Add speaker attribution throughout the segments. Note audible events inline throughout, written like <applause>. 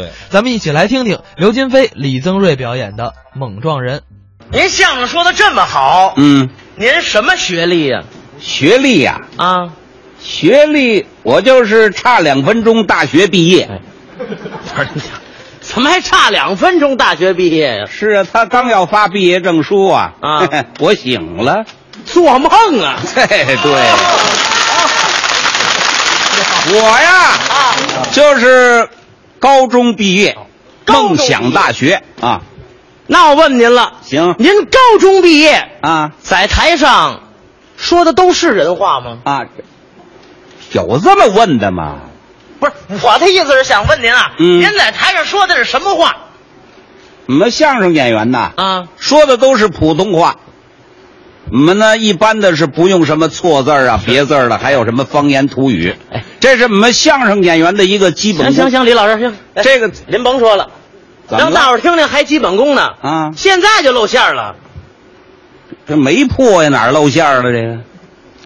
Speaker 1: 对，
Speaker 2: 咱们一起来听听刘金飞、李增瑞表演的《猛撞人》。
Speaker 3: 您相声说的这么好，
Speaker 1: 嗯，
Speaker 3: 您什么学历呀、
Speaker 1: 学历呀、
Speaker 3: 啊？ <laughs>
Speaker 1: 学历我就是差两分钟大学毕业。
Speaker 3: 哎不是，怎么还差两分钟大学毕业呀、
Speaker 1: 是啊，他刚要发毕业证书啊，
Speaker 3: 啊
Speaker 1: <laughs> 我醒了。 <laughs>
Speaker 3: 做梦啊！
Speaker 1: 这对，我呀
Speaker 3: 啊，
Speaker 1: 就是高中毕业，
Speaker 3: 高中
Speaker 1: 梦想大学啊，
Speaker 3: 那我问您了，
Speaker 1: 行
Speaker 3: 您高中毕业，
Speaker 1: 啊
Speaker 3: 在台上说的都是人话吗？
Speaker 1: 啊，有这么问的吗？
Speaker 3: 不是，我的意思是想问您啊，
Speaker 1: 嗯
Speaker 3: 您在台上说的是什么话
Speaker 1: 你们相声演员呐，
Speaker 3: 啊？
Speaker 1: 说的都是普通话。我们呢，一般的是不用什么错字儿啊、别字儿了，还有什么方言土语
Speaker 3: 哎，
Speaker 1: 这是我们相声演员的一个基
Speaker 3: 行
Speaker 1: 本。
Speaker 3: 行，行，李老师行，哎
Speaker 1: 这个
Speaker 3: 您甭说了，
Speaker 1: 怎么
Speaker 3: 让大
Speaker 1: 了
Speaker 3: 伙儿听听还基本功呢。
Speaker 1: 啊？
Speaker 3: 现在就露馅儿了，
Speaker 1: 这没破呀，哪儿露馅儿了？这个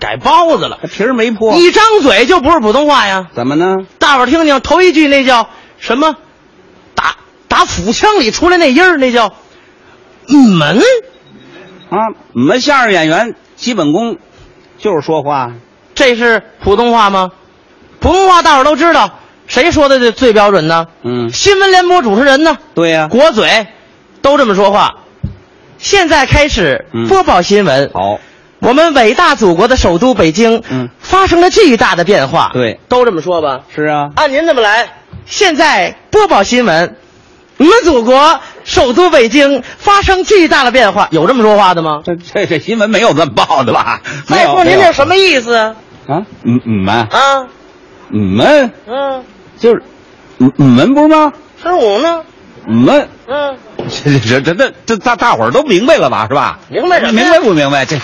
Speaker 3: 改包子了，
Speaker 1: 这皮儿没破，
Speaker 3: 一张嘴就不是普通话呀。
Speaker 1: 怎么呢？
Speaker 3: 大伙儿听听，头一句那叫什么？打打腹腔里出来那音儿，那叫嗯门。
Speaker 1: 啊，我们相声演员基本功就是说话，
Speaker 3: 这是普通话吗？普通话大伙儿都知道，谁说的最最标准呢？
Speaker 1: 嗯，
Speaker 3: 新闻联播主持人呢？
Speaker 1: 对呀、
Speaker 3: 国嘴，都这么说话。现在开始
Speaker 1: 嗯
Speaker 3: 播报新闻。
Speaker 1: 好，
Speaker 3: 我们伟大祖国的首都北京，
Speaker 1: 嗯
Speaker 3: 发生了巨大的变化。
Speaker 1: 对，
Speaker 3: 都这么说吧。
Speaker 1: 是啊，
Speaker 3: 按您这么来，现在播报新闻，我们祖国首都北京发生巨大的变化，有这么说话的吗？
Speaker 1: 这这这新闻没有这么报的吧？没
Speaker 3: 再
Speaker 1: 有，
Speaker 3: 说您
Speaker 1: 没有
Speaker 3: 这什么意思啊？
Speaker 1: 啊？你你们
Speaker 3: 啊，
Speaker 1: 你们
Speaker 3: 嗯，
Speaker 1: 就是你你们不是吗？
Speaker 3: 十五呢？
Speaker 1: 你们
Speaker 3: 嗯，
Speaker 1: <laughs> 这这这这这大大伙儿都明白了吧？是吧？
Speaker 3: 明白什么呀
Speaker 1: 明白不明白？这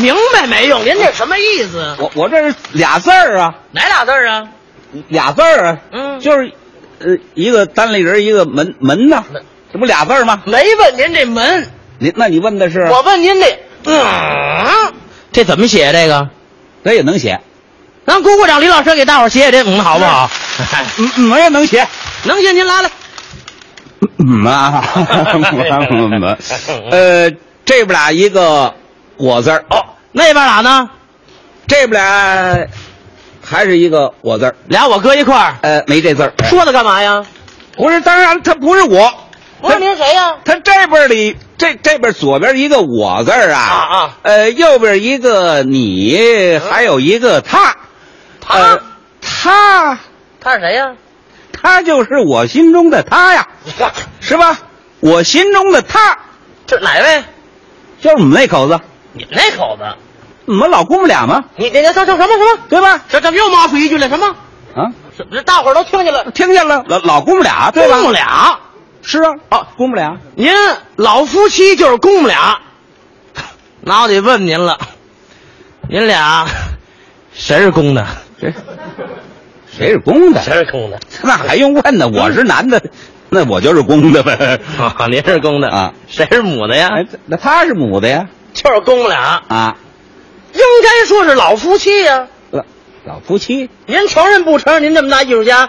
Speaker 3: 明白没用？您这什么意思？
Speaker 1: 我我这是俩字儿啊，
Speaker 3: 哪俩字儿啊？
Speaker 1: 俩字儿啊，
Speaker 3: 嗯
Speaker 1: 就是呃一个单立人，一个门门呐、
Speaker 3: 门
Speaker 1: 这不俩字儿吗？
Speaker 3: 没问您这门，
Speaker 1: 你那你问的是
Speaker 3: 我问您这，嗯，这怎么写这个？
Speaker 1: 这也能写，
Speaker 3: 让鼓鼓掌，李老师给大伙儿写写这嗯，好不好？
Speaker 1: 嗯嗯，我也能写，
Speaker 3: 能行，您来来。
Speaker 1: 嗯啊，呃，这边俩一个我字儿，
Speaker 3: 哦，那边俩呢？
Speaker 1: 这边俩还是一个我字儿，
Speaker 3: 俩我搁一块儿，
Speaker 1: 呃，没这字儿。
Speaker 3: 说它干嘛呀？
Speaker 1: 不是，当然他不是我，
Speaker 3: 不是您谁呀？
Speaker 1: 他这边里这这边左边一个我字儿啊，嗯
Speaker 3: 啊啊
Speaker 1: 呃，右边一个你，还有一个他，呃，他
Speaker 3: 他是谁呀？
Speaker 1: 他就是我心中的他呀，是吧？我心中的他
Speaker 3: <laughs> 这哪位？
Speaker 1: 就是我们那口子，
Speaker 3: 你们那口子？
Speaker 1: 我们老姑母俩嘛，
Speaker 3: 你这这这这什么什么？
Speaker 1: 对吧？
Speaker 3: 这这又冒出一句来什么？
Speaker 1: 啊，
Speaker 3: 什么？这大伙儿都听见了，
Speaker 1: 听见了，老老姑母俩，对吧？
Speaker 3: 公母俩。
Speaker 1: 是啊，啊，姑母俩，
Speaker 3: 啊您老夫妻就是公母俩，那我得问您了，您俩谁是公的？
Speaker 1: 谁谁是公的？
Speaker 3: 是公的？
Speaker 1: 那还用问呢？我是男的，那我就是公的呗。
Speaker 3: <laughs> 啊，您是公的
Speaker 1: 啊？
Speaker 3: 谁是母的呀？
Speaker 1: <laughs> 哎，那他是母的呀？
Speaker 3: 就是公母俩，
Speaker 1: 啊，
Speaker 3: 应该说是老夫妻呀、
Speaker 1: 老老夫妻，
Speaker 3: 您承认不承认？您这么大艺术家，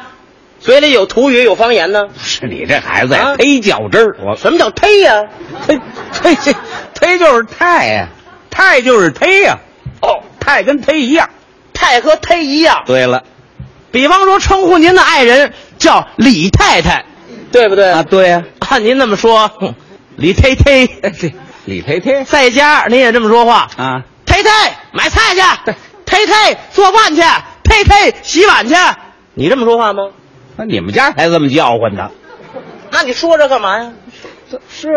Speaker 3: 嘴里有土语有方言呢？
Speaker 1: 不 <laughs> 是你这孩子
Speaker 3: 啊
Speaker 1: 呀，忒较真儿。我
Speaker 3: 什么叫忒呀、
Speaker 1: <laughs> 忒忒这忒就是太呀，太就是忒呀，
Speaker 3: 哦，
Speaker 1: 太跟忒一样。
Speaker 3: 太和忒一样。
Speaker 1: 对了
Speaker 3: 比方说，称呼您的爱人叫李太太，对不对？
Speaker 1: 啊，
Speaker 3: 啊，
Speaker 1: 对呀，
Speaker 3: 您这么说，哼李忒忒，
Speaker 1: <laughs> 哎对，李忒忒
Speaker 3: 在家您也这么说话，
Speaker 1: 啊，
Speaker 3: 忒忒买菜去
Speaker 1: 对，
Speaker 3: 忒忒做饭去，忒忒洗碗去，你这么说话吗？
Speaker 1: 那你们家才这么叫唤呢？
Speaker 3: 那你说这干嘛呀？
Speaker 1: 这是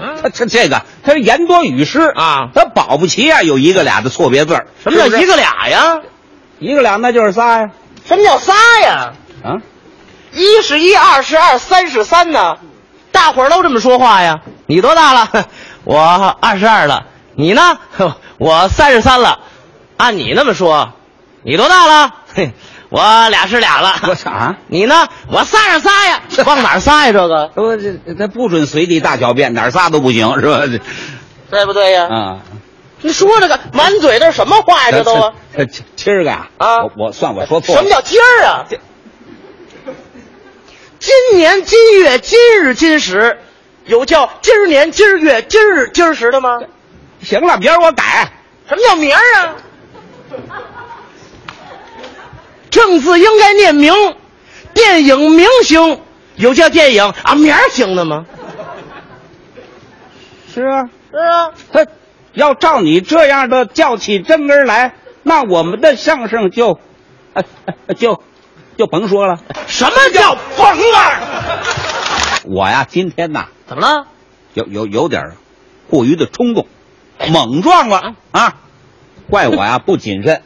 Speaker 3: 嗯
Speaker 1: 他他这个他是言多语失
Speaker 3: 啊
Speaker 1: 他保不齐啊有一个俩的错别字儿
Speaker 3: 什么叫
Speaker 1: 是不是
Speaker 3: 一个俩呀？
Speaker 1: 一个俩？那就是仨呀
Speaker 3: 什么叫仨呀？
Speaker 1: 啊！
Speaker 3: 一是一，二是二，三是三呢。大伙儿都这么说话呀。你多大了？ <laughs> 我二十二了。你呢？ <laughs> 我三十三了。按你那么说，你多大了？ <laughs> 嘿，我俩是俩了。
Speaker 1: 我想啊，
Speaker 3: <laughs> 你呢？我仨是仨 <laughs> 呀。往哪儿仨呀？这个
Speaker 1: 我这他不准随地大小便，哪儿仨都不行，是吧？这
Speaker 3: 对不对呀？
Speaker 1: 啊，
Speaker 3: 嗯你说这个满嘴都是什么话呀？这都啊
Speaker 1: 这这今儿个呀
Speaker 3: 啊
Speaker 1: 我我算我说错了，
Speaker 3: 什么叫今儿啊？今年今月今日今时，有叫今儿年今儿月今儿日今儿时的吗？
Speaker 1: 行了，明儿我改。
Speaker 3: 什么叫名儿啊？ <laughs> 正字应该念明，电影明星有叫电影啊明儿行的吗？
Speaker 1: 是啊，
Speaker 3: 是啊，
Speaker 1: 他要照你这样的叫起真根儿来，那我们的相声就， <laughs> 呃呃就，就甭说了。
Speaker 3: 什么叫甭儿？
Speaker 1: 我呀，今天呐，
Speaker 3: 怎么了？
Speaker 1: 有有有点儿过于的冲动，猛撞了啊！怪我呀不谨慎。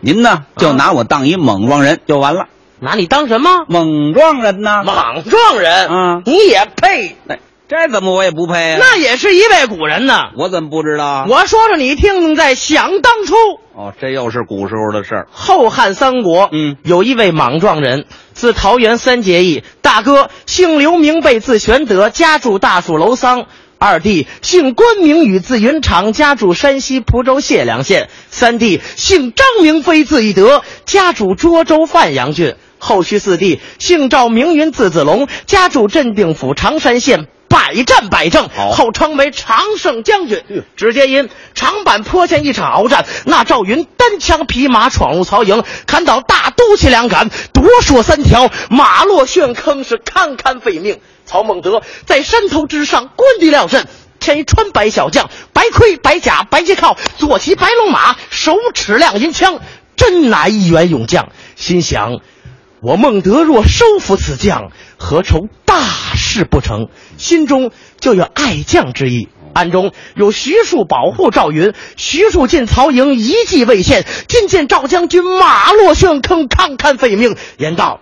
Speaker 1: 您呢，就拿我当一莽撞人就完了。
Speaker 3: 拿你当什么？嗯
Speaker 1: 莽撞人呢？
Speaker 3: 莽撞人
Speaker 1: 啊
Speaker 3: 你也配？
Speaker 1: 那这怎么我也不配哎呀、
Speaker 3: 那也是一位古人呐。
Speaker 1: 我怎么不知道啊？
Speaker 3: 我说说你听听，在想当初，
Speaker 1: 哦，这又是古时候的事儿。
Speaker 3: 后汉三国，
Speaker 1: 嗯
Speaker 3: 有一位莽撞人，自桃园三结义。大哥姓刘，名备，字玄德，家住大树楼桑。二弟姓关，名羽，字云长，家住山西蒲州解良县。三弟姓张，名飞，字翼德，家住涿州范阳郡。后续四弟姓赵，名云，字子龙，家住镇定府常山县。百战百胜，
Speaker 1: 好
Speaker 3: 后称为常胜将军。直接因长坂坡前一场鏖战，那赵云单枪匹马闯入曹营，砍倒大都旗两杆，夺槊三条，马落陷坑，是堪堪废命。曹孟德在山头之上观敌料阵。前一穿白小将，白盔、白甲、白旗靠，左骑白龙马，手持亮银枪，真乃一员勇将。心想，我孟德若收服此将，何愁大事不成？心中就有爱将之意。暗中有徐庶保护赵云，徐庶进曹营一计未现，今见赵将军马落陷坑，堪堪废命，言道：“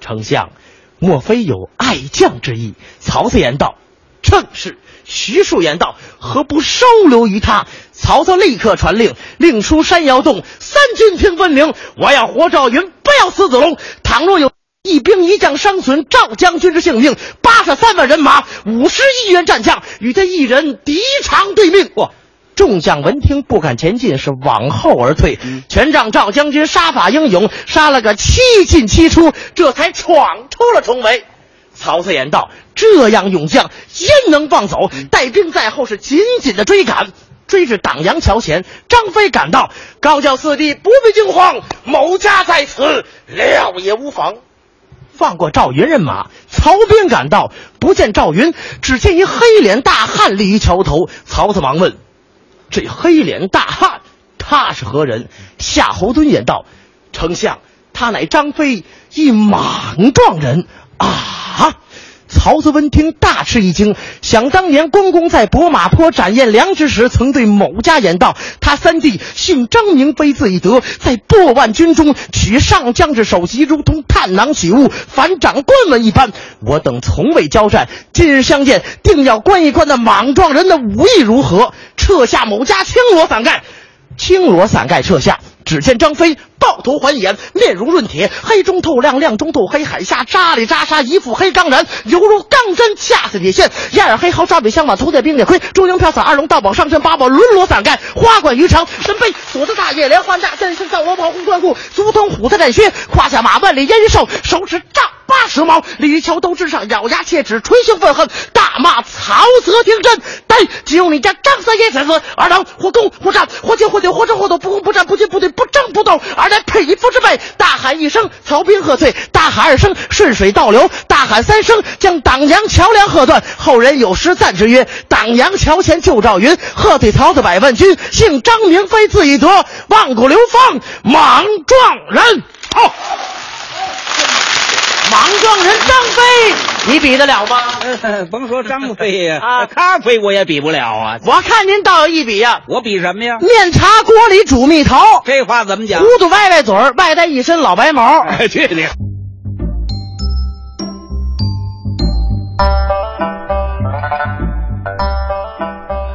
Speaker 3: 丞相，莫非有爱将之意？”曹操言道：“正是。”徐庶言道：“何不收留于他？”曹操立刻传令，令出山摇洞，三军听分明。我要活赵云，不要死子龙。倘若有一兵一将伤损赵将军之性命，八十三万人马，五十亿员战将，与他一人敌长对命。哦哇！众将闻听不敢前进，是往后而退。全仗赵将军杀法英勇，杀了个七进七出，这才闯出了重围。曹操言道：“这样勇将，焉能放走？带兵在后，是紧紧的追赶。追至党阳桥前，张飞赶到，高叫四弟不必惊慌，某家在此，料也无妨。”放过赵云人马。曹兵赶到，不见赵云，只见一黑脸大汉立于桥头。曹操忙问：“这黑脸大汉他是何人？”夏侯惇言道：“丞相，他乃张飞，一莽撞人啊！”曹操闻听大吃一惊，想当年关公在博马坡斩颜良之时，曾对某家言道：“他三弟姓张，名飞，字翼德，在破万军中取上将之首级，如同探囊取物，反掌官文一般。我等从未交战，今日相见，定要观一观那莽撞人的武艺如何，撤下某家青罗伞盖。”青罗伞盖撤下，只见张飞抱头还眼，面如润铁，黑中透亮，亮中透黑，海下扎里扎沙，一副黑钢髯，犹如钢针恰似铁线。燕儿黑毫，沙尾香马，头戴冰铁盔，中英飘伞，二龙道宝，上身八宝，轮罗伞盖，花冠鱼肠，身背锁子大叶莲花大，身身藏罗袍，红缎裤，足蹬虎子战靴，胯下马万里烟兽，手持丈八蛇矛，立于桥头之上，咬牙切齿，捶胸愤恨，大骂曹泽廷真呆！只有你家张三爷才子，尔等或攻或战，或进或退，或争或斗，不攻不战，不进不退，不争不斗，尔乃匹夫之辈！大喊一声，曹兵喝退；大喊二声，顺水倒流；大喊三声，将党阳桥梁喝断。后人有诗赞之曰：“党阳桥前救赵云，喝退曹操百万军。姓张名飞，字翼德，望古流芳，莽撞人。”好。莽撞人张飞，你比得了吗？
Speaker 1: <laughs> 甭说张飞呀
Speaker 3: 啊
Speaker 1: 咖啡我也比不了啊！
Speaker 3: 我看您倒有一比呀、
Speaker 1: 我比什么 <laughs> 呀？
Speaker 3: 面茶锅里煮蜜桃，
Speaker 1: 这话怎么讲？
Speaker 3: 糊涂歪歪嘴儿，外带一身老白毛。
Speaker 1: <laughs> 去你！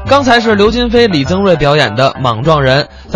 Speaker 2: 刚才是刘金飞、李增瑞表演的《莽撞人》，咱们。